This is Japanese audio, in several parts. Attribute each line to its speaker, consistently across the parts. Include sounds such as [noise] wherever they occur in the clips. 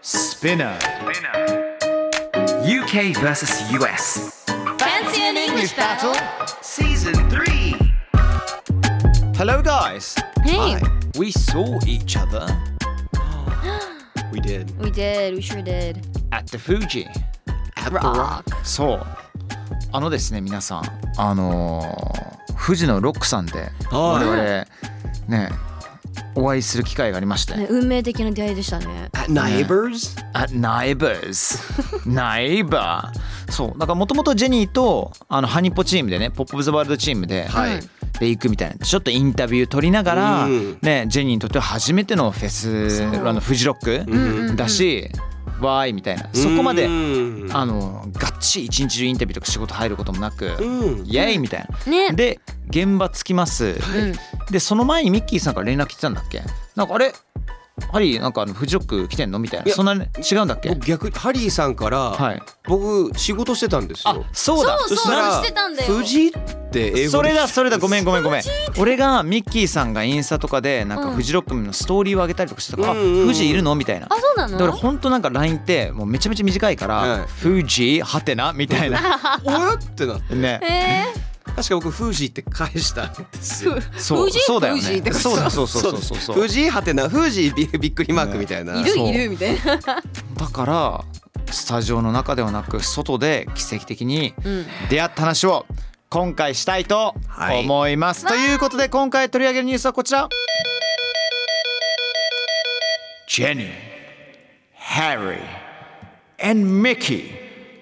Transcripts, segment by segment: Speaker 1: Spinner.
Speaker 2: UK versus US.
Speaker 3: Fancy an English battle
Speaker 2: Season 3.
Speaker 1: Hello, guys.
Speaker 4: Hey.
Speaker 1: We saw each other.
Speaker 4: [gasps]
Speaker 1: we did.
Speaker 4: We did. We sure did.
Speaker 2: At the Fuji.
Speaker 1: At
Speaker 4: Rock.
Speaker 2: そう。あのですね、皆さん。あのー、富士のロックさんで、我々、ね、お会いする機会がありまして。
Speaker 4: ね運命的な出会いでしたね。
Speaker 1: At Neighbors?
Speaker 2: at neighbors [laughs] neighbor そうだからもともとジェニーとあのハニポチームでねポップ・オブ・ザ・ワールドチームで、
Speaker 1: はい
Speaker 2: で行くみたいなちょっとインタビュー取りながら、
Speaker 1: うん
Speaker 2: ね、ジェニーにとっては初めてのフェス
Speaker 4: そう
Speaker 2: あのフジロックだし、わーいみたいなそこまで、
Speaker 1: Mm.
Speaker 2: あのがっちり一日中インタビューとか仕事入ることもなく、
Speaker 1: Mm.
Speaker 2: イエーイみたいな。
Speaker 4: ね。
Speaker 2: で現場着きます、
Speaker 4: うん
Speaker 2: でその前にミッキーさんから連絡来てたんだっけなんかあれハリーなんかあのフジロック来てんのみたい
Speaker 1: い
Speaker 2: な
Speaker 1: や
Speaker 2: そんなね違うんだっけ
Speaker 1: 僕逆にハリーさんから、
Speaker 2: はい
Speaker 1: 僕仕事してたんです
Speaker 2: あ
Speaker 1: よ。
Speaker 2: そうだ
Speaker 4: そう
Speaker 1: したら
Speaker 4: そうしてたんだよ
Speaker 1: 藤井って英語
Speaker 2: それだそれだごめんご
Speaker 1: めん。
Speaker 2: めんごめん俺がミッキーさんがインスタとかでなんか
Speaker 4: うん
Speaker 2: フジロックのストーリーを上げたりとかしてたから「
Speaker 1: うん
Speaker 2: あ
Speaker 1: うんうん
Speaker 2: フジいるの?」みたいな
Speaker 4: あ、そうなの
Speaker 2: だからほんとなんか LINE ってもうめちゃめちゃ短いか
Speaker 1: は
Speaker 2: ら
Speaker 1: い
Speaker 2: 「フジハテナ」みたいな
Speaker 1: おやってな。
Speaker 2: ね
Speaker 4: え
Speaker 1: 確か僕藤井って返したんですよ。
Speaker 2: そう
Speaker 4: 藤井
Speaker 2: そうだよ
Speaker 4: 藤井って
Speaker 2: ね
Speaker 4: こと
Speaker 2: [laughs] そうだそうそうそうそうそう
Speaker 1: 藤井はてな藤井びびっくりマークみたいな。
Speaker 4: ー、いる
Speaker 2: そう
Speaker 4: いるみたいな。
Speaker 2: だからスタジオの中ではなく外で奇跡的に
Speaker 4: うん。
Speaker 2: 出会った話を今回したいと思います、ということで今回取り上げるニュースはこちらジェニー、ハリー and Mickey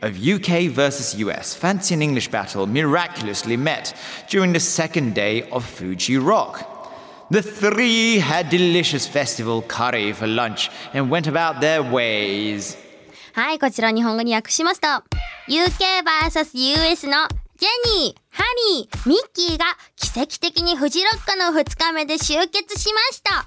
Speaker 2: of UK versus US fancy and English battle miraculously met during the second day of Fuji Rock. The three had delicious festival curry for lunch and went about their ways.
Speaker 4: はい、こちら日本語に訳しますと、UK vs.US のジェニー、ハリー、ミッキーが奇跡的にフジロックの2日目で集結しました。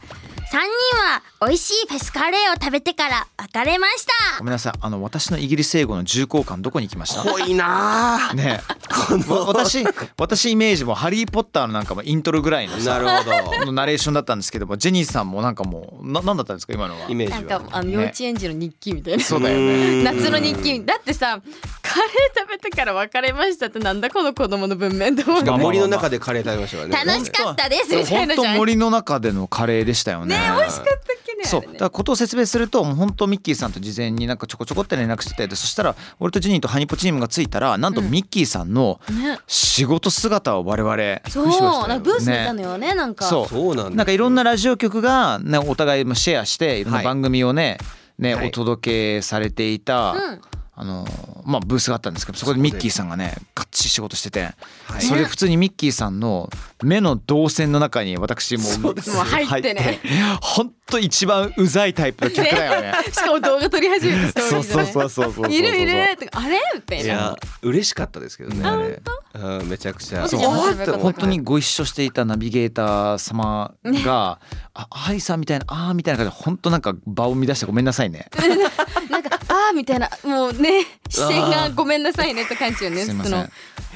Speaker 4: 3人は美味しいフェスカレーを食べてから別れました
Speaker 2: ご。めんなさい、あの私のイギリス英語の重厚感どこに行きました
Speaker 1: 濃いなあ。
Speaker 2: ねえ、わ私私イメージも「ハリー・ポッター」のなんかもイントロぐらいのさ
Speaker 1: なるほど。
Speaker 2: のナレーションだったんですけどもジェニーさんもなんかもうななんだったんですか今のは
Speaker 1: イメージは。
Speaker 4: あの
Speaker 2: 幼稚
Speaker 4: 園児の日記みたいな。
Speaker 2: そうだよ
Speaker 4: [laughs]
Speaker 2: ね
Speaker 4: 夏の日記だってさカレー食べてから別れましたってなんだこの子供の文面と思っ
Speaker 2: してかも
Speaker 1: 森の中でカレー食べましたからね。
Speaker 4: 楽しかったですみたい
Speaker 2: 本
Speaker 4: なじ
Speaker 2: 当
Speaker 4: ゃん
Speaker 2: 森の中でのカレーでしたよね美味しかった
Speaker 4: だっけね
Speaker 2: そう
Speaker 4: あれ
Speaker 2: だ
Speaker 4: ね
Speaker 2: からことを説明するともう本当ミッキーさんと事前になんかちょこちょこって連絡しててでそしたら俺とジェニーとハニポチームが着いたらなんとミッキーさんの
Speaker 4: ね
Speaker 2: 仕事姿を我々
Speaker 4: そう
Speaker 1: くりしましたよ
Speaker 4: なんかブースにいたのよねなんか
Speaker 2: そう
Speaker 1: そうなんだ
Speaker 2: なんかいろんなラジオ局が、ね、お互いもシェアしていろん
Speaker 1: は
Speaker 2: ない番組をね,、ね
Speaker 1: はい
Speaker 2: お届けされていた、
Speaker 4: ん
Speaker 2: あのまあ、ブースがあったんですけどそこでミッキーさんがねがっちり仕事してて、
Speaker 1: い
Speaker 2: それ普通にミッキーさんの目の動線の中に私もう
Speaker 4: もう入ってね
Speaker 2: ほんと一番うざいタイプの客だ
Speaker 5: [laughs]
Speaker 2: よね。
Speaker 4: しかも動画撮り始めてストー
Speaker 2: そう
Speaker 4: リーじ
Speaker 2: そ
Speaker 4: ゃない
Speaker 2: うそうそうそうそう
Speaker 4: いるいるとかあれみたい
Speaker 1: い
Speaker 4: な
Speaker 1: や嬉しかったですけどねあれうんめちゃくちゃ
Speaker 4: そう
Speaker 1: おーって思
Speaker 2: 本
Speaker 1: って
Speaker 2: 当にご一緒していたナビゲーター様が「あハリーさん」みたいな「あー」みたいな感じで本当なんか場を乱してごめんなさいね。
Speaker 4: なんかあーみたいなもうね視線がごめんなさいねって感じよね
Speaker 2: すいま
Speaker 4: そ
Speaker 2: せん
Speaker 4: の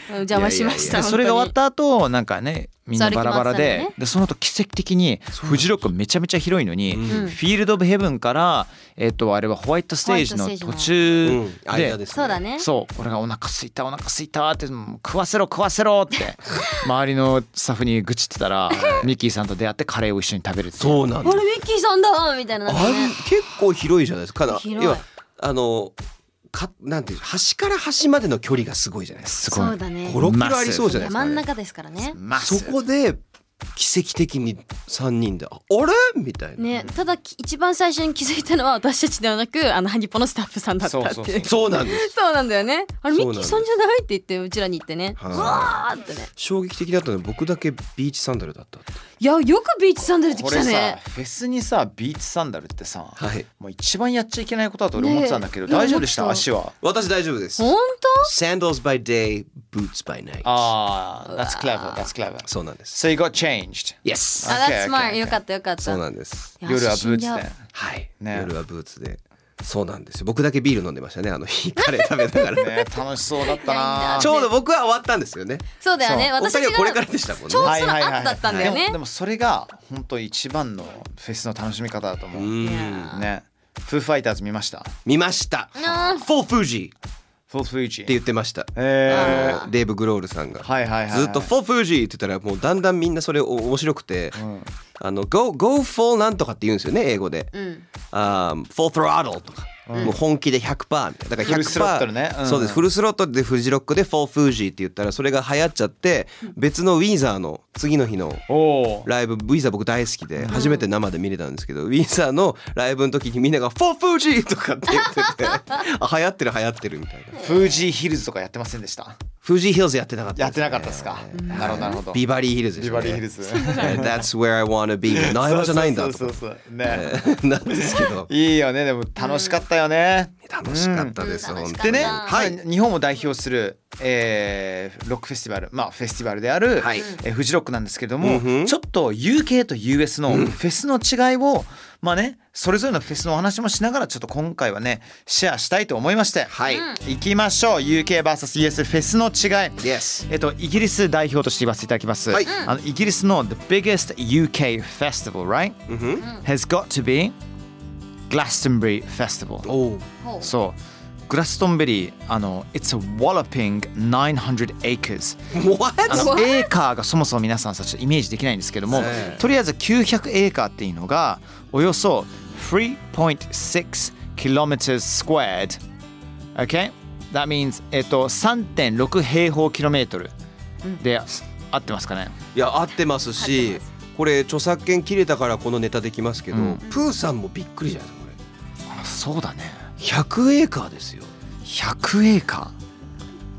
Speaker 4: うん邪魔しまし
Speaker 1: いや
Speaker 4: た
Speaker 2: でそれが終わっ
Speaker 4: 本
Speaker 2: た後なんかねみんな
Speaker 4: そう
Speaker 2: バラバラで,、
Speaker 4: 歩き回ってたのね
Speaker 2: でその後奇跡的にフジロックめちゃめちゃ広いのに、
Speaker 1: うん
Speaker 2: フィールド・オブ・ヘブンから、えっとあれはホワイトステージの
Speaker 4: ホワイトステージの
Speaker 2: 途中で,、
Speaker 1: うん間です
Speaker 4: 当にそうだね
Speaker 2: そう俺がお腹すいたお腹すいたってもう食わせろ食わせろって
Speaker 1: [laughs]
Speaker 2: 周りのスタッフに愚痴ってたらミッキーさんと出会ってカレーを一緒に食べるっていう
Speaker 1: そうなん
Speaker 4: 当に
Speaker 1: だ
Speaker 4: あれミッキーさんだみたいななんか
Speaker 1: あれ
Speaker 4: ね
Speaker 1: 結構広いじゃないですかかな
Speaker 4: 広い
Speaker 1: 要はあのかなんていう端から端までの距離がすごいじゃないです
Speaker 2: すごい
Speaker 4: そうだね
Speaker 1: か56キロありそうじゃないですか
Speaker 4: 山
Speaker 1: あ
Speaker 4: ん
Speaker 1: れ
Speaker 4: 中ですからね
Speaker 2: マッ
Speaker 1: そ
Speaker 2: ス
Speaker 1: こで
Speaker 6: 奇跡的に3人で「ああれ?」みたいな、
Speaker 5: ね、ただき一番最初に気づいたのは私たちではなくあのハニポのスタッフさんだったっていう
Speaker 1: そう
Speaker 5: [laughs] そ
Speaker 1: そう
Speaker 5: う
Speaker 1: そう
Speaker 6: そうなん
Speaker 4: [laughs]
Speaker 6: です
Speaker 5: なんだよねあれ
Speaker 6: そ
Speaker 5: ミ
Speaker 6: うなん
Speaker 5: ッキ
Speaker 6: で
Speaker 5: ー
Speaker 6: す
Speaker 5: さんじゃないって言ってうちらに言ってね
Speaker 6: はいう
Speaker 5: わーってね
Speaker 6: 衝撃的だったのは僕だけビーチサンダルだったって
Speaker 5: いやよくビーチサンダルって
Speaker 2: こ
Speaker 5: 来
Speaker 2: れ
Speaker 5: た
Speaker 2: さ
Speaker 5: ね
Speaker 2: フェスにさビーチサンダルってさ、
Speaker 6: はい
Speaker 2: もう一番やっちゃいけないことだと俺思ってたんだけど、
Speaker 5: ねえ
Speaker 2: 大丈夫でした
Speaker 5: 思った
Speaker 2: 足は
Speaker 6: 私大丈夫です
Speaker 5: 本
Speaker 6: Sandals by day, boots by night
Speaker 2: ああ that's clever that's clever
Speaker 6: そうなんです。
Speaker 2: so you got changed
Speaker 6: Yes!
Speaker 5: 当あ
Speaker 2: Okay,
Speaker 5: らつま
Speaker 2: okay,
Speaker 5: りよかったよかっ
Speaker 6: そう
Speaker 5: た
Speaker 6: なんです。
Speaker 5: いや
Speaker 2: 夜はブー
Speaker 5: 死ん
Speaker 2: ツ
Speaker 5: じ
Speaker 2: で
Speaker 5: ゃ
Speaker 6: はい。
Speaker 2: ね
Speaker 6: 夜はブーツで。そうなんですよ。僕だけビール飲んでましたね。あの日、カレー食べなが
Speaker 5: [laughs]
Speaker 6: らね。
Speaker 2: ね楽しそうだったな
Speaker 6: ちょうど僕は終わったんですよね。
Speaker 5: うそうだよね
Speaker 6: お二
Speaker 5: 私た
Speaker 6: 人
Speaker 5: ち
Speaker 6: はこれから
Speaker 5: が
Speaker 6: でしたもん
Speaker 5: ちょうど
Speaker 6: ね。
Speaker 5: その後だったんだよ
Speaker 2: でも
Speaker 5: ね
Speaker 2: でもそれが本当一番のフェスの楽しみ方だと思う、
Speaker 6: うん
Speaker 2: ねフーファイターズ見ました
Speaker 6: 見ました。フォーフージーって
Speaker 2: フォーフージ
Speaker 6: 言ってました。
Speaker 2: え
Speaker 6: あのデーブ・グロールさんが。
Speaker 2: はいはいはいはい
Speaker 6: ずっとフォーフージーって言ったら、もうだんだんみんなそれお面白くて、あの、go, go for なんとかって言うんですよね、英語で。あー full throttle とか。もう本気で100%みたいなだから100%
Speaker 2: フルスロットルねうん
Speaker 6: そうですフルスロットルでフジロックで「フォーフージー」って言ったらそれが流行っちゃって別のウィーザーの次の日の
Speaker 2: ー、おお
Speaker 6: ライブウィザー僕大好きで初めて生で見れたんですけど、ウィザーのライブの時にみんなが「フォーフージー」とかって言って
Speaker 2: [laughs]
Speaker 6: てあ流行ってる流行ってるみたいな
Speaker 2: フージーヒルズとかやってませんでした
Speaker 6: フージーヒルズやってなかった
Speaker 2: やってなかった
Speaker 6: で
Speaker 2: ですす
Speaker 6: ね
Speaker 2: か、なるほどなるほど
Speaker 6: ビバリーヒルズで
Speaker 2: ビ
Speaker 6: す
Speaker 2: バ
Speaker 6: ね
Speaker 2: リーヒルズ
Speaker 6: えー [laughs] That's where I wanna be [laughs] 内話じゃないんだと
Speaker 2: そうそうそうそうね、
Speaker 6: [laughs] なんですけ
Speaker 2: [laughs]
Speaker 6: ど
Speaker 2: いいよねでも楽しかったよね、
Speaker 6: 楽しかったです、
Speaker 4: うん
Speaker 6: 本当
Speaker 4: う
Speaker 2: で
Speaker 6: に
Speaker 4: ん楽し
Speaker 2: ね、
Speaker 4: かっ
Speaker 2: はい、日本を代表する、えーロックフェスティバルまあフェスティバルである、
Speaker 6: はい
Speaker 2: えーフジロックなんですけれども、
Speaker 6: うんふん
Speaker 2: ちょっと UK と US のフェスの違いを、まあねそれぞれのフェスのお話もしながらちょっと今回はねシェアしたいと思いまして、
Speaker 6: はい、
Speaker 2: 行きましょう UKVSUS フェスの違い
Speaker 6: Yes
Speaker 2: えっと、イギリス代表として言わせていただきます、
Speaker 6: はい
Speaker 2: あのイギリスの The biggest UK festival right、has got to be Glastonbury Festival
Speaker 6: おう
Speaker 2: そうグラストンベリーあの It's a walloping 900 acres あ
Speaker 6: What?
Speaker 2: のエーカーがそもそも皆さんさちょっとイメージできないんですけども
Speaker 6: ええ
Speaker 2: とりあえず900エーカーっていうのがおよそ 3.6km2 OK That means えっと3.6平方キロメートルで合ってますかね
Speaker 6: いや合ってますしこれ著作権切れたからこのネタできますけど、
Speaker 2: うん
Speaker 6: プーさんもびっくりじゃないですかこれ
Speaker 2: そうだね
Speaker 6: 100エーカーですよ
Speaker 2: 100エーカ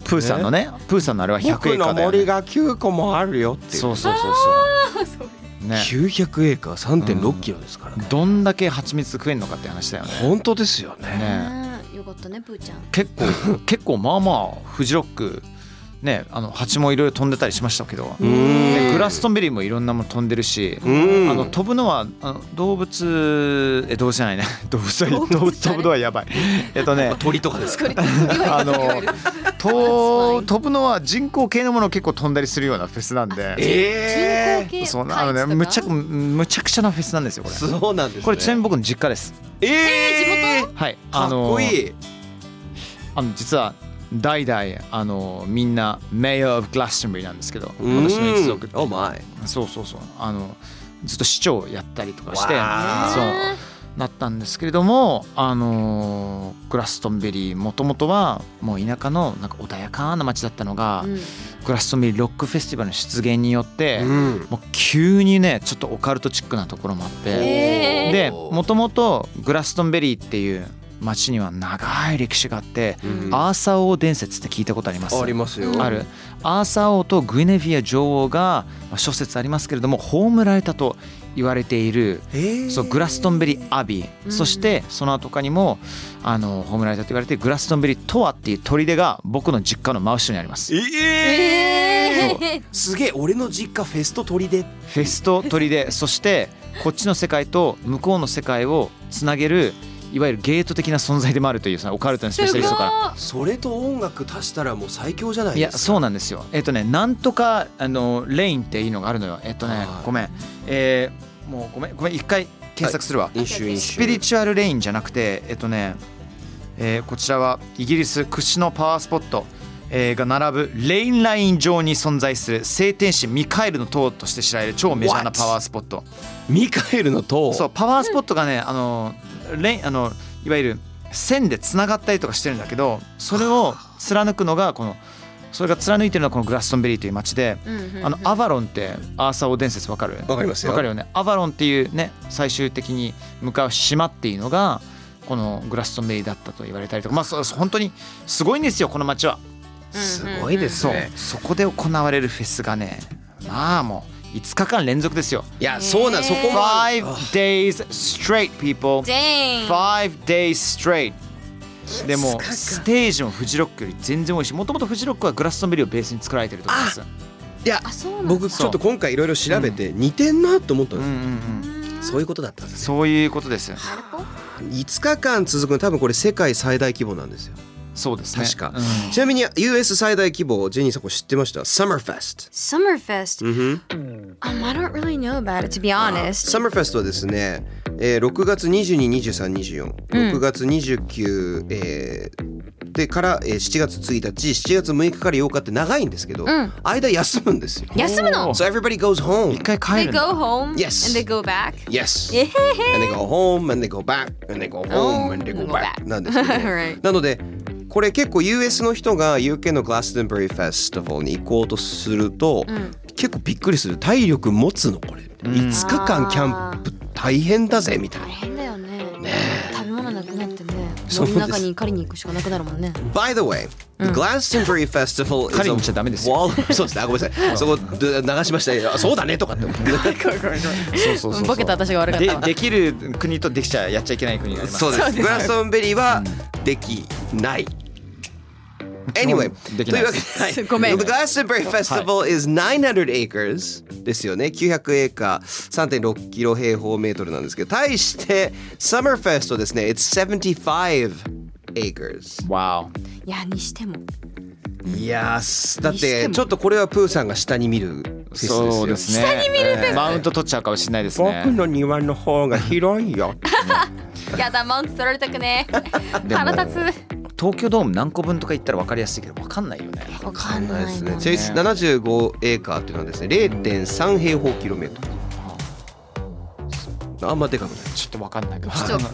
Speaker 2: ープーさんのねプーさんのあれは100エーカーだよ、ね、
Speaker 6: が9個もあるよって
Speaker 2: そうそうそうそうね
Speaker 6: 900エーカー3.6キロですからね、
Speaker 2: どんだけ蜂蜜食えんのかって話だよね。
Speaker 6: 本当ですよね
Speaker 2: ね
Speaker 5: うんよかったねプーちゃん
Speaker 2: 結構結構まあまあフジロックねあの蜂もいろいろ飛んでたりしましたけど、ねグラストンベリーもいろんなもの飛んでるし、
Speaker 6: ん
Speaker 2: あの飛ぶのはあの動物え動物じゃないね [laughs] 動物は動物飛ぶのはやばいえっとね
Speaker 6: 鳥とかです [laughs] か
Speaker 2: あのと飛ぶのは人工系のものを結構飛んだりするようなフェスなんで。
Speaker 6: え
Speaker 5: 人工系
Speaker 2: そうあの
Speaker 5: カイ
Speaker 2: ね、
Speaker 5: ツとか
Speaker 2: むちゃくむちゃくちゃなフェスなんですよこれ。
Speaker 6: そうなんですね
Speaker 2: これちなみに僕の実家です。
Speaker 6: ええー、
Speaker 2: はい。
Speaker 6: かっこいい、
Speaker 2: あの実は代々あのみんなメイヤー・オブ・グラストンベリーなんですけど
Speaker 6: うん
Speaker 2: 私の一族
Speaker 6: お前
Speaker 2: そうそうそうあのずっと市長をやったりとかして
Speaker 6: わ
Speaker 2: そうなったんですけれどもあのグラストンベリーもともとはもう田舎のなんか穏やかな町だったのが、グラストンベリーロックフェスティバルの出現によって、
Speaker 6: うん
Speaker 2: もう急にねちょっとオカルトチックなところもあって。
Speaker 5: え
Speaker 2: でもともとグラストンベリーっていう町には長い歴史があって、
Speaker 6: うん
Speaker 2: アーサー王伝説って聞いたことあります
Speaker 6: ありますよ
Speaker 2: あるアーサー王とグイネビア女王が、まあ、諸説ありますけれども葬られたと言われている
Speaker 6: えー
Speaker 2: そうグラストンベリーアビー、そしてその後他にもあの葬られたと言われているグラストンベリートアっていう砦が僕の実家の真後ろにあります
Speaker 6: え
Speaker 5: えー
Speaker 6: すげえ俺の実家フェスト鳥で
Speaker 2: フェスと
Speaker 5: [laughs]
Speaker 2: 砦そしてこっちの世界と向こうの世界をつなげるいわゆるゲート的な存在でもあるというそのオカルトのスペシャリストから。
Speaker 6: それと音楽足したらもう最強じゃない
Speaker 2: い
Speaker 6: で
Speaker 2: や
Speaker 6: すか
Speaker 2: そうなんですよえっ、とねなんとかあのレインっていうのがあるのよえっ、とね
Speaker 6: はい
Speaker 2: ごめんえーもうごめんごめん一回検索するわ、
Speaker 6: 飲酒飲
Speaker 2: スピリチュアルレインじゃなくてえっ、とね、えーこちらはイギリス屈指のパワースポット、えーが並ぶレインライン上に存在する聖天使ミカエルの塔として知られる超メジャーな
Speaker 6: What？
Speaker 2: パワースポット
Speaker 6: ミカエルの塔
Speaker 2: そうパワースポットがねあのレインあのいわゆる線でつながったりとかしてるんだけどそれを貫くのがこのそれが貫いてるのはこのグラストンベリーという街で、あのアヴァロンってアーサー王伝説わかる
Speaker 6: わかりますよ
Speaker 2: わかるよねアヴァロンっていうね最終的に向かう島っていうのがこのグラストンベリーだったと言われたりとかまあそうそう本当にすごいんですよこの街は
Speaker 6: すごいです
Speaker 2: そう
Speaker 6: ね。
Speaker 2: そこで行われるフェスがねまあもう5日間連続ですよ
Speaker 6: いや、そうなん、そこもある。
Speaker 2: 5 days straight people
Speaker 5: ジェーン
Speaker 2: 5 days straight でもステージもフジロックより全然多いしもともとフジロックはグラストンベリーをベースに作られてるところです
Speaker 6: いや、僕ちょっと今回いろいろ調べて似てんなと思ったん
Speaker 2: う
Speaker 6: ですよ。
Speaker 2: んうんうん
Speaker 6: そういうことだったんですね。
Speaker 2: そういうことです
Speaker 6: 5日間続くの多分これ世界最大規模なんですよ。
Speaker 2: そうですね
Speaker 6: 確か
Speaker 2: うん。
Speaker 6: ちなみに US 最大規模、ジェニーさんこれ知ってました ?Summerfest。
Speaker 5: Summerfest.
Speaker 6: うんふん
Speaker 5: Um, I don't really know about it, to be honest.
Speaker 6: サマーフェストはですね、えー、6月22、23、24、6月29、えーでから、えー、7月1日、7月6日から8日って長いんですけど、
Speaker 5: ん
Speaker 6: 間休むんですよ。
Speaker 5: 休むの
Speaker 6: So everybody goes
Speaker 2: 一
Speaker 6: home.
Speaker 2: 回
Speaker 5: They
Speaker 2: 帰るんだ
Speaker 5: go home
Speaker 6: Yes.
Speaker 5: and they go back. [laughs]
Speaker 6: Yes.
Speaker 5: えへへ
Speaker 6: And they go home, and they go back, and they go home, and they go back. なんですけど
Speaker 5: Right.
Speaker 6: なので、これ結構 US の人が UK の Glastonbury Festival に行こうとすると、結構びっくりする。体力持つのこれ。5日間キャンプ大変だぜみたいな。
Speaker 5: 変だよね食べ物なくなってね
Speaker 6: そうで
Speaker 5: 森
Speaker 6: す
Speaker 5: の中に狩りに行くしかなくなるもんね
Speaker 6: By the way, the Glastonbury Festival is a
Speaker 2: 彼に言っちゃダメですよ
Speaker 6: wall. そうですね。あごめんなさい。そこで流しましたよ。あそうだねとかって思って。
Speaker 2: [laughs] そうそうそうそう
Speaker 5: ボケた私が悪かったわ
Speaker 2: でできる国とできちゃやっちゃいけない国があります
Speaker 6: そうです。グラストンベリーはできない。Anyway,
Speaker 2: でき
Speaker 6: と
Speaker 2: ない
Speaker 6: いうわ
Speaker 2: で
Speaker 6: け
Speaker 2: す
Speaker 6: で、はい、
Speaker 5: ごめん
Speaker 6: The Glastonbury Festival is 900 acres ですよね。900エーカー、3.6キロ平方メートルなんですけど、対して Summerfest はですね、It's 75 acres。
Speaker 2: わ
Speaker 5: いやにしても
Speaker 6: いやーすだっ
Speaker 5: にして
Speaker 6: て
Speaker 5: も
Speaker 6: ちょっとこれはプーさんが下に見るフェス
Speaker 2: お
Speaker 6: ですよ。
Speaker 2: そうですね下に見るマウント取っちゃうかもしれないですね
Speaker 6: 僕の庭の方が広いよ。
Speaker 5: やだマウント取られたくね
Speaker 2: でも
Speaker 5: 腹立
Speaker 2: 東京ドーム何個分とか言ったら分かりやすいけど分かんないよね
Speaker 5: つわかん
Speaker 6: ない
Speaker 5: な
Speaker 6: で
Speaker 5: い
Speaker 6: す
Speaker 5: な
Speaker 6: ね。チェイス75エーカーっていうのはですね、0.3平方キロメートル。あんまでかくない。
Speaker 2: ちょっと分かんないけど
Speaker 5: ちょっと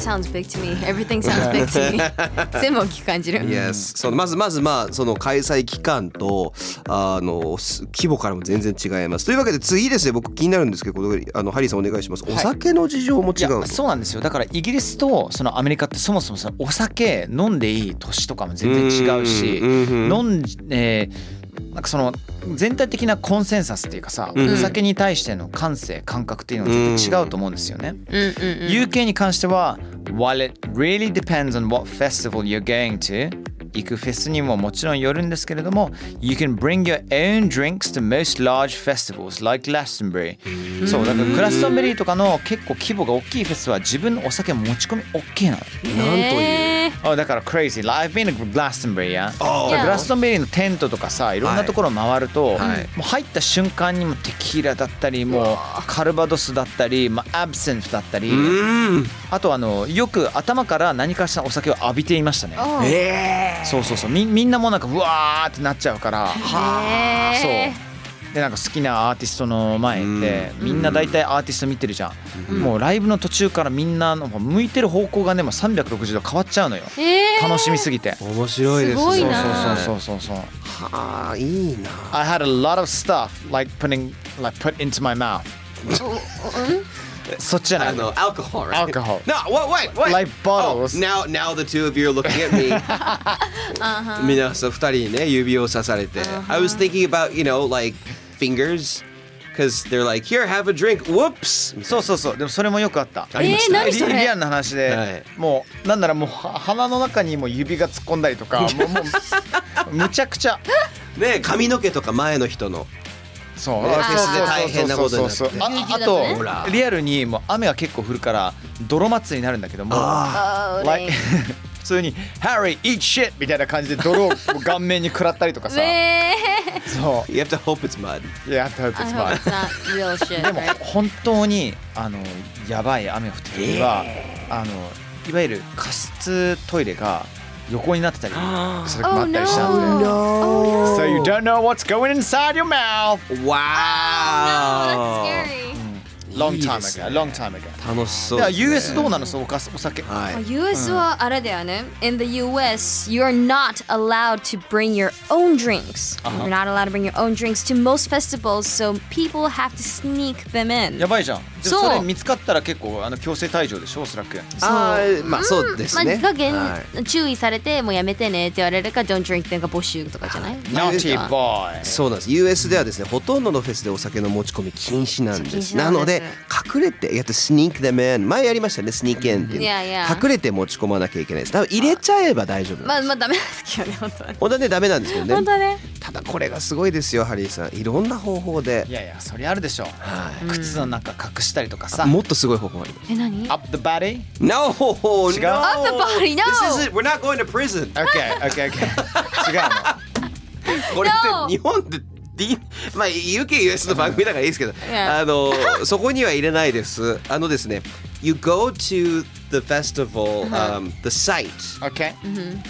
Speaker 5: sounds big to me everything sounds big
Speaker 6: [laughs]
Speaker 5: to me 全部大きく感じる
Speaker 6: Yes、そのまずまずまあその開催期間とあのす規模からも全然違います。というわけで次ですね僕気になるんですけどこれあのハリーさんお願いします。お酒の事情も
Speaker 2: い
Speaker 6: 違
Speaker 2: や
Speaker 6: うんです。
Speaker 2: そうなんですよだからイギリスとそのアメリカってそもそもそのお酒飲んでいい年とかも全然違うし
Speaker 6: うんうん
Speaker 2: 飲んえーなんかその全体的なコンセンサスっていうかさ、
Speaker 6: うん
Speaker 2: お酒に対しての感性感覚っていうのは絶対違うと思うんですよね。
Speaker 5: うんうんうん
Speaker 2: UK に関しては While it really depends on what festival you're going to 行くフェスにももちろんよるんですけれども You can bring your own drinks to most large festivals like Glastonbury そうだからグラストンベリーとかの結構規模が大きいフェスは自分のお酒持ち込み OK なの
Speaker 6: なんという。
Speaker 5: え
Speaker 2: あだから crazy like I've been to Glastonbury や、
Speaker 6: Oh.
Speaker 2: グラストンベリーのテントとかさいろんなところ回ると、
Speaker 6: はい
Speaker 2: もう入った瞬間にもうテキーラだったりもうカルバドスだったり、まあ、アブセントだったり、
Speaker 6: うん。
Speaker 2: あとあのよく頭から何かしらお酒を浴びていましたね。
Speaker 5: ー
Speaker 2: そうそうそうみみんなもうなんかうわーってなっちゃうから。
Speaker 5: へー
Speaker 2: そうでなんか好きなアーティストの前でみんな大体アーティスト見てるじゃん、もうライブの途中からみんなの向いてる方向がねもう360度変わっちゃうのよ、
Speaker 5: えー
Speaker 2: 楽しみすぎて
Speaker 6: 面白いですね。
Speaker 5: すごい
Speaker 2: そう
Speaker 5: な
Speaker 2: そうそうそうそうそう
Speaker 6: はあいいな。
Speaker 2: I had a lot of stuff like putting like put into my
Speaker 5: [laughs]
Speaker 2: mouth そっちじゃな
Speaker 6: あ
Speaker 2: い
Speaker 6: の alcohol, right?
Speaker 2: Alcohol.
Speaker 6: No, what, wait, wait.
Speaker 2: Like bottles.
Speaker 6: Oh, now, now the two of you are looking at me. 皆さん二人にね指をさされて。I was thinking about, you know, like fingers, because they're like, here, have a drink. Whoops.
Speaker 2: そうそうそうでもそれもよくあった
Speaker 6: ありました
Speaker 5: えー何それ
Speaker 2: リリアンの話で、
Speaker 6: はい
Speaker 2: もうなんならもうは鼻の中にもう指が突っ込んだりとかもうもうむちゃくちゃ
Speaker 6: ね髪の毛とか前の人の。
Speaker 2: そう
Speaker 6: ね
Speaker 2: あ
Speaker 6: フェスで大変なことになって
Speaker 2: そうそうそうそうああ
Speaker 5: ね
Speaker 6: ほら
Speaker 2: とリアルにもう雨が結構降るから泥祭りになるんだけども
Speaker 6: あ
Speaker 2: [laughs]
Speaker 5: あー
Speaker 2: like 普通に「ハリー eat shit」みたいな感じで泥を顔面に食らったりと
Speaker 5: [laughs]
Speaker 2: かさ
Speaker 5: 俺え
Speaker 2: そ
Speaker 6: You have to hope it's mud.
Speaker 2: ういや I hope
Speaker 5: I
Speaker 2: it's
Speaker 5: hope
Speaker 2: fine
Speaker 5: it's not real shit
Speaker 2: [laughs] でも
Speaker 5: right?
Speaker 2: 本当にあのやばい雨が降ってる時は、あのいわゆる加湿トイレが横になってたりそれもあったりしたんで、
Speaker 6: No.
Speaker 2: So you don't know what's going inside your mouth
Speaker 6: Wow.
Speaker 5: Scary.
Speaker 6: い
Speaker 2: long time ago, long time ago.
Speaker 6: 楽しそう
Speaker 2: いや、
Speaker 6: です、ね。
Speaker 2: US どうなのそうおかお酒。
Speaker 6: はい
Speaker 4: US はあれだよね。
Speaker 5: In the US, you're not allowed to bring your own drinks. You're not allowed to bring your own drinks to most festivals, so people have to sneak them in.
Speaker 2: やばいじゃん。で
Speaker 5: そう
Speaker 2: それ見つかったら結構あの強制退場でしょ、おそらく。
Speaker 6: あーまあそうですね。
Speaker 4: まあ、がげん
Speaker 6: はい
Speaker 4: 注意されてもうやめてねって言われるか、don't drink っていうか募集とかじゃない。
Speaker 2: Naughty boy。
Speaker 6: そうなんです US ではですねほとんどのフェスでお酒の持ち込み禁止なんです
Speaker 4: 禁止
Speaker 6: な
Speaker 4: なんです
Speaker 6: ので隠れてやっと sneak them in 前やりましたね sneak in っていうの
Speaker 4: Yeah, yeah.
Speaker 6: 隠れて持ち込まなきゃいけないです多分入れちゃえば大丈夫なんです、
Speaker 4: まあまあダメですけどね本当はね。
Speaker 6: 本当はねダメなんですけどね
Speaker 4: 本当はね。
Speaker 6: ただこれがすごいですよハリーさんいろんな方法で
Speaker 2: いやいや、それあるでしょ。
Speaker 6: はい
Speaker 2: 靴の中隠したりとかさ。
Speaker 6: もっとすごい方法あります
Speaker 4: え何？
Speaker 2: Up the body?
Speaker 6: No! No!
Speaker 2: the
Speaker 4: body, no!
Speaker 6: This is it. We're not going to prison!
Speaker 2: Okay, okay, okay. [laughs] 違うの。
Speaker 6: これって日本で D まあ UKUS の番組だからいいですけど、
Speaker 4: Yeah.
Speaker 6: あ
Speaker 4: [laughs]
Speaker 6: のそこには入れないです。あのですね、You go to the festival,、um, the
Speaker 4: Uh-huh.
Speaker 6: site
Speaker 2: Okay.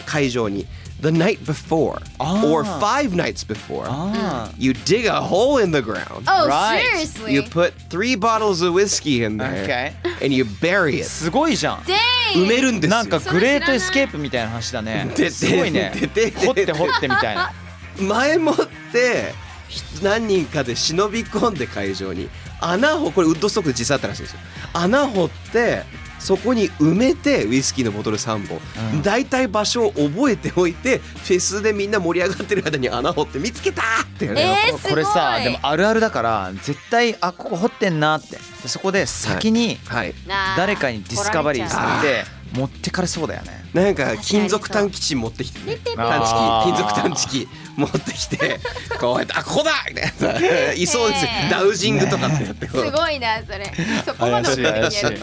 Speaker 6: 会場に the night before
Speaker 4: Ah.
Speaker 2: あー
Speaker 6: or five nights before
Speaker 2: あ
Speaker 6: you dig a hole in the ground.
Speaker 4: Oh
Speaker 2: Right.
Speaker 4: seriously?
Speaker 6: You put three bottles of whiskey in
Speaker 2: あ。
Speaker 6: there
Speaker 2: Okay.
Speaker 6: and you bury
Speaker 2: え
Speaker 6: it.
Speaker 2: すごいじゃん。
Speaker 6: 埋めるんですよ。
Speaker 2: なんかグレートエスケープみたいな話だね
Speaker 6: で。
Speaker 2: すごいね
Speaker 6: ででで。
Speaker 2: 掘って掘ってみたいな。
Speaker 6: 前もってひ何人かで忍び込んで会場に穴をこれウッドストックで実際あったらしいんですよ穴掘ってそこに埋めてウイスキーのボトル3本、
Speaker 2: うん
Speaker 6: 大体場所を覚えておいてフェスでみんな盛り上がってる間に穴掘って見つけたって、ね
Speaker 2: これこれさでもあるあるだから絶対あここ掘ってんなってでそこで先に
Speaker 6: はい、
Speaker 2: 誰かにディスカバリーさ
Speaker 6: 取
Speaker 2: れて持ってかれそうだよね
Speaker 6: なんか金属探知機持ってきて、ね、探知
Speaker 2: あー
Speaker 6: 機金属探知機持ってき
Speaker 4: [laughs]
Speaker 6: てこうやってあここだみたいないそうですよ
Speaker 4: ねえ
Speaker 6: ダウジングとかってやってこう
Speaker 4: すごいなそれ。そこまで
Speaker 2: 怪しい怪しい
Speaker 4: やる。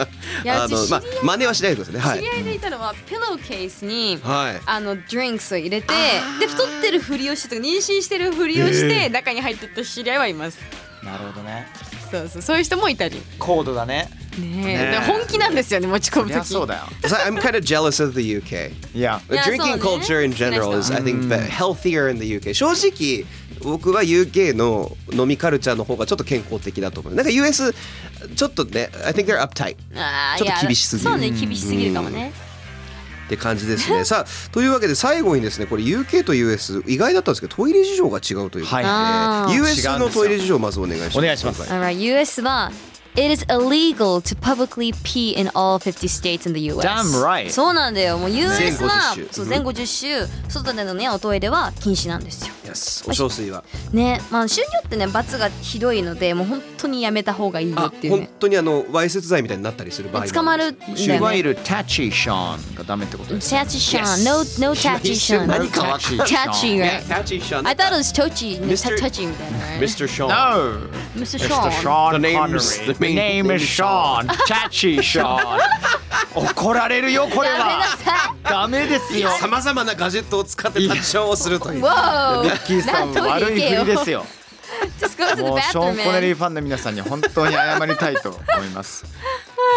Speaker 4: いや
Speaker 6: あ
Speaker 4: う
Speaker 6: の
Speaker 4: ち
Speaker 6: まあ
Speaker 4: 知
Speaker 6: 真似はしないでくださいねはい
Speaker 4: り合いでいたのはピローケースに。
Speaker 6: はい
Speaker 4: あのドリンクスを入れてで太ってるふりをしてとか妊娠してるふりをして中に入ってった知り合いはいます、
Speaker 2: なるほどね
Speaker 4: そうそうそういう人もいたり
Speaker 2: 高度だね
Speaker 4: ね
Speaker 2: ね
Speaker 4: え、だから本気なんですよね持ち込む
Speaker 2: い
Speaker 4: 時
Speaker 2: やそうだよ
Speaker 6: So I'm kind of jealous of the UK.
Speaker 2: いや
Speaker 6: The
Speaker 4: Yeah,
Speaker 6: drinking
Speaker 4: そうね。
Speaker 6: culture in general is, I think, be- healthier in the UK. 正直、僕は UK の飲みカルチャーの方がちょっと健康的だと思う。なんか US、ちょっとね、I think they're uptight
Speaker 4: あー
Speaker 6: ちょっと
Speaker 4: いや
Speaker 6: 厳しすぎる
Speaker 4: そうね厳しすぎるかもね、
Speaker 6: って感じです
Speaker 5: [laughs]
Speaker 6: ね。さあ、というわけで最後にですね、これ UK と US、意外だったんですけど、トイレ事情が違うということで、
Speaker 2: は
Speaker 6: US
Speaker 2: 違うん
Speaker 6: の
Speaker 2: ですよ
Speaker 6: トイレ事情をまずお願いします。
Speaker 2: お願いします
Speaker 5: Alright, US は It is illegal to publicly pee in all 50 states in the US.
Speaker 2: Damn right.
Speaker 5: そうなんだよ。もう US は
Speaker 6: 全50州
Speaker 5: そう全50州、外でのねおトイレは禁止なんですよ。
Speaker 6: Yes お小水は。
Speaker 5: ね、まあ州によってね罰がひどいので、もう本当にやめた方がいいよ
Speaker 6: あ
Speaker 5: って、いう
Speaker 6: 本
Speaker 5: ね。
Speaker 6: 当にあの、わいせつ罪みたいになったりする場合もあ
Speaker 5: 捕まるん
Speaker 2: い
Speaker 5: だよ
Speaker 2: わ
Speaker 5: ね。
Speaker 2: ゆるタッチーショーンがダメってことです
Speaker 5: チャチシャン、no no チャチシャ
Speaker 6: [laughs]
Speaker 5: ン。
Speaker 6: 何かわかんない
Speaker 5: チャチ right。
Speaker 6: ねタッチション
Speaker 5: I thought it was touchy,
Speaker 6: Mr.
Speaker 5: touchy みたいな。right?
Speaker 6: Mr. Sean.
Speaker 2: No!
Speaker 5: Mr.
Speaker 2: Mr.
Speaker 5: Sean.
Speaker 2: Sean
Speaker 6: The name is-
Speaker 2: Connery.
Speaker 6: the
Speaker 2: The
Speaker 6: main-
Speaker 2: name is Sean. Chachi Sean. [laughs] 怒られるよ、これは。ダメですよ。
Speaker 6: さまざまなガジェットを使って立ちションをするという。
Speaker 2: ミッキーさん
Speaker 5: なんと
Speaker 2: 悪い
Speaker 5: いけよ
Speaker 2: 振りですよ。
Speaker 5: Just go to the
Speaker 2: もうショー
Speaker 5: bathroom,
Speaker 2: ン・コネリ
Speaker 5: man.
Speaker 2: ーファンの皆さんに本当に謝りたいと思い [laughs] ます。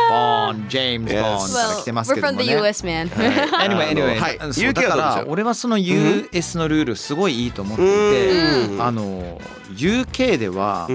Speaker 2: ボーン、ジェームズ・ボ
Speaker 6: Yes
Speaker 2: ーンから来て
Speaker 5: Well,
Speaker 2: ますけ
Speaker 5: we're
Speaker 2: ど
Speaker 5: from
Speaker 2: も
Speaker 5: the
Speaker 2: ね。
Speaker 6: [laughs]
Speaker 5: US, man.
Speaker 2: Anyway,
Speaker 6: は
Speaker 2: anyway,
Speaker 6: い
Speaker 2: そう
Speaker 6: UK は
Speaker 2: だか
Speaker 6: どうで
Speaker 2: ら
Speaker 6: しょう
Speaker 2: 俺はその US のルールすごいいいと思っていて、あの UK では、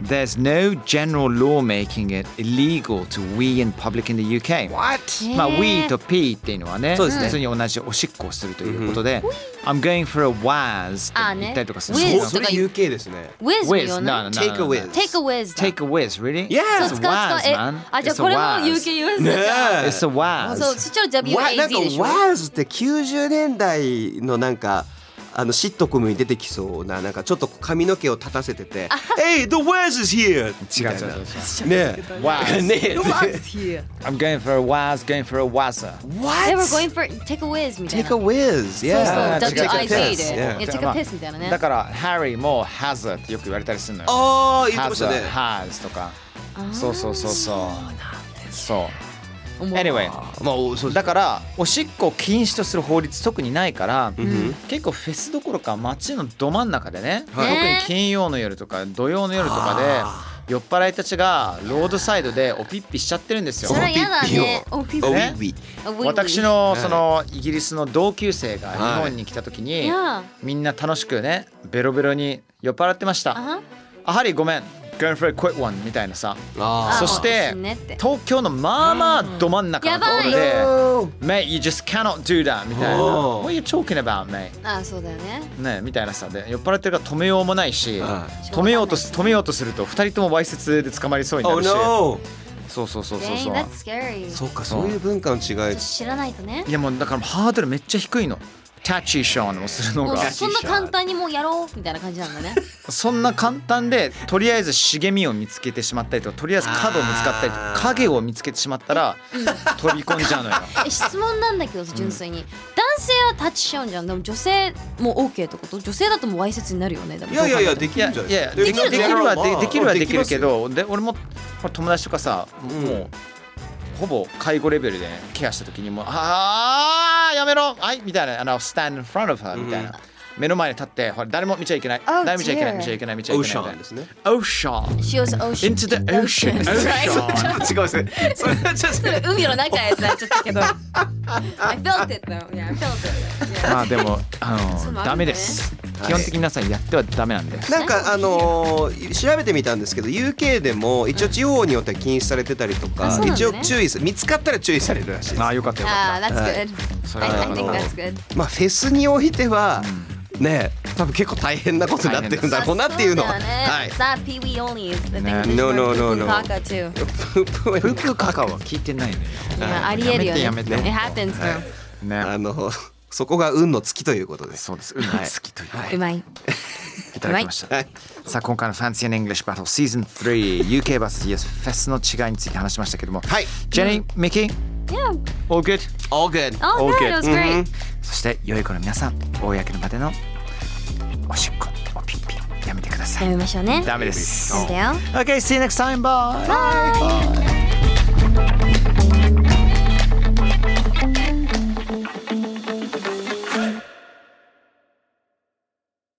Speaker 2: There's no general law making it illegal to wee in public in the UK. What? まあ、wee と pee っていうのはね、
Speaker 6: そうですね
Speaker 2: 普通に同じおしっこをするということで、I'm going for a whiz っ
Speaker 5: あー
Speaker 2: て
Speaker 5: ね
Speaker 2: 言ったりとかする。
Speaker 5: Whiz
Speaker 6: おそれ UK ですね。
Speaker 5: Wiz も
Speaker 2: whiz,
Speaker 5: よ
Speaker 2: no,
Speaker 5: な
Speaker 2: no, no, no, no.
Speaker 6: Take a whiz.
Speaker 5: Take a whiz. だ
Speaker 2: Take a whiz, really?
Speaker 6: Yeah.
Speaker 5: そう
Speaker 2: It's a
Speaker 5: 使う使う
Speaker 2: whiz,
Speaker 5: え
Speaker 2: man.
Speaker 5: あじゃあ
Speaker 2: It's a
Speaker 5: これも
Speaker 2: whiz.
Speaker 4: UKUS
Speaker 6: ね
Speaker 4: だから、
Speaker 6: え
Speaker 2: It's a whiz.
Speaker 5: そうそっちは
Speaker 6: わなんか
Speaker 5: WAZ でしょ
Speaker 6: WAZ って90年代のなんかあのシットコムに出てきそうななんかちょっと髪の毛を立たせてて「Hey, the WAZ is here!」
Speaker 2: 違う違う違う
Speaker 6: ね
Speaker 2: 違う。Waz.
Speaker 6: え [laughs] ねえ
Speaker 2: I'm going for a waz, going for a waza.
Speaker 5: They were
Speaker 6: What?
Speaker 5: going for take a whiz みたい
Speaker 6: Take
Speaker 5: な
Speaker 6: a whiz,
Speaker 5: そう
Speaker 6: yeah.
Speaker 5: そう WIZ で
Speaker 6: piss,
Speaker 5: い
Speaker 6: yeah.
Speaker 5: や Take a piss みたいなね
Speaker 2: だから、ハリーも has ってよく言われたりするのよ。
Speaker 6: ああ言ってました
Speaker 2: has,
Speaker 6: ね。
Speaker 2: has とか。そうそうそうそう。そう。Anyway、
Speaker 6: まあおそう
Speaker 2: だから、おしっこを禁止とする法律特にないから、結構フェスどころか街のど真ん中でね、特
Speaker 6: はい
Speaker 2: に金曜の夜とか土曜の夜とかで、酔っ払いたちがロードサイドでおぴっぴしちゃってるんですよ
Speaker 5: そ。れは嫌だね
Speaker 6: お
Speaker 5: ピ
Speaker 6: おウ
Speaker 2: ね
Speaker 6: ィウィ
Speaker 2: 私のそのイギリスの同級生が日本に来た時に
Speaker 5: はい
Speaker 2: みんな楽しくねベロベロに酔っ払ってました。あハリーごめん going for a quick one みたいなさ
Speaker 6: あ
Speaker 2: そして
Speaker 4: あもう死ねって
Speaker 2: 東京のまあまあど真ん中のところ
Speaker 6: あ。
Speaker 2: で
Speaker 6: No.
Speaker 2: Mate, you just cannot do that みたいな
Speaker 6: おー
Speaker 2: What are you talking about, mate?
Speaker 4: ああそうだよね
Speaker 2: ねみたいなさで酔っ払ってるから止めようもないし
Speaker 6: は
Speaker 2: 止めようとす止めようとすると二人ともわいせつで捕まりそうにな
Speaker 6: Oh
Speaker 2: るし
Speaker 6: no.
Speaker 2: そうそうそうそう
Speaker 5: Dang,
Speaker 2: そう
Speaker 5: that's scary
Speaker 6: そうかそういう文化の違い。
Speaker 5: 知らないとね
Speaker 2: いやもうだからハードルめっちゃ低いのタッチーションをするの
Speaker 5: もう
Speaker 2: が
Speaker 5: そんな簡単にもうやろうみたいな感じなんだね
Speaker 2: そんな簡単でとりあえず茂みを見つけてしまったりとかとりあえず角を見つかったりとか
Speaker 6: あー
Speaker 2: 影を見つけてしまった [laughs] ら飛び込んじゃうのよ
Speaker 5: [laughs] え質問なんだけど純粋に、男性はタッチしちゃうんじゃんでも女性も OK ってこと女性だともうわいせつになるよねでも
Speaker 6: いやいやいや
Speaker 5: どう考
Speaker 6: でき
Speaker 5: えても
Speaker 2: い
Speaker 6: る
Speaker 2: や
Speaker 6: んじゃない
Speaker 2: いやできるできるはでできるはできるけ。
Speaker 6: まあ
Speaker 2: どで俺もこれ友達とかさも
Speaker 6: ん
Speaker 2: うほぼ介護レベルでケアした時にもう「あーやめろはい」みたいな「あの stand in front of her」みたいな、目の前に立ってほら誰も見ちゃいけない、誰も見ちゃいけない
Speaker 5: dear
Speaker 2: 見ちゃいけない見ちゃ
Speaker 6: で
Speaker 2: い
Speaker 6: き
Speaker 2: け
Speaker 6: ま
Speaker 2: ない
Speaker 6: す
Speaker 2: み
Speaker 6: よ
Speaker 2: た
Speaker 6: オーシャ
Speaker 2: い
Speaker 6: ン
Speaker 2: な
Speaker 6: ですね。
Speaker 2: Ocean
Speaker 5: She was ocean
Speaker 2: into the ocean ocean
Speaker 6: 違う違う違うそれはちょっと。
Speaker 4: 海の中へってなっちゃった
Speaker 6: [laughs]
Speaker 4: けど I felt it though yeah I felt it
Speaker 2: まあでもあ
Speaker 4: そう
Speaker 2: の
Speaker 4: なるね
Speaker 2: ダメです基本的に皆さんやってはダメなんで
Speaker 6: なんかあのー調べてみたんですけど UK でも一応地方によっては禁止されてたりと
Speaker 4: あ
Speaker 6: か、
Speaker 4: そうなん
Speaker 6: 一
Speaker 4: だ
Speaker 6: 応
Speaker 4: ね
Speaker 6: 注意す見つかったら注意されるらしいです
Speaker 2: ああよかったよか
Speaker 4: あ
Speaker 2: っ
Speaker 4: あ Uh, that's good
Speaker 2: たそれ
Speaker 4: I,
Speaker 2: は
Speaker 4: I
Speaker 2: よか
Speaker 4: think
Speaker 2: った
Speaker 4: that's good
Speaker 6: まあフェスにおいては、ね多分結構大変なことになってるんだろうなっていうのは、
Speaker 5: そうだよね
Speaker 6: はい
Speaker 5: It's not pee wee only It's the thing
Speaker 2: ね
Speaker 6: No no no no
Speaker 4: バカ too
Speaker 6: プープ
Speaker 2: プ
Speaker 6: ー
Speaker 2: ープーカカは聞いてないのよ
Speaker 4: いやありえるよね
Speaker 2: やめてやめて
Speaker 4: It happens though
Speaker 2: ね
Speaker 6: あのそこが運の尽きということです
Speaker 2: そうですうん好きという
Speaker 4: うまい
Speaker 2: いただきました、
Speaker 6: はい
Speaker 2: さあ今回の Fancy and English Battle Season 3 UK vs US フェスの違いについて話しましたけども
Speaker 6: はい
Speaker 2: Jenny、Mickey
Speaker 4: Yeah
Speaker 2: All good
Speaker 6: All good
Speaker 4: Oh
Speaker 2: Okay.
Speaker 4: good it was great
Speaker 2: そして良い子の皆さん公の場でのおしっこおピンピンやめてください
Speaker 5: やめましょうね
Speaker 2: ダメです
Speaker 5: なんだよ
Speaker 2: Okay see you next time bye, bye.
Speaker 3: Podcast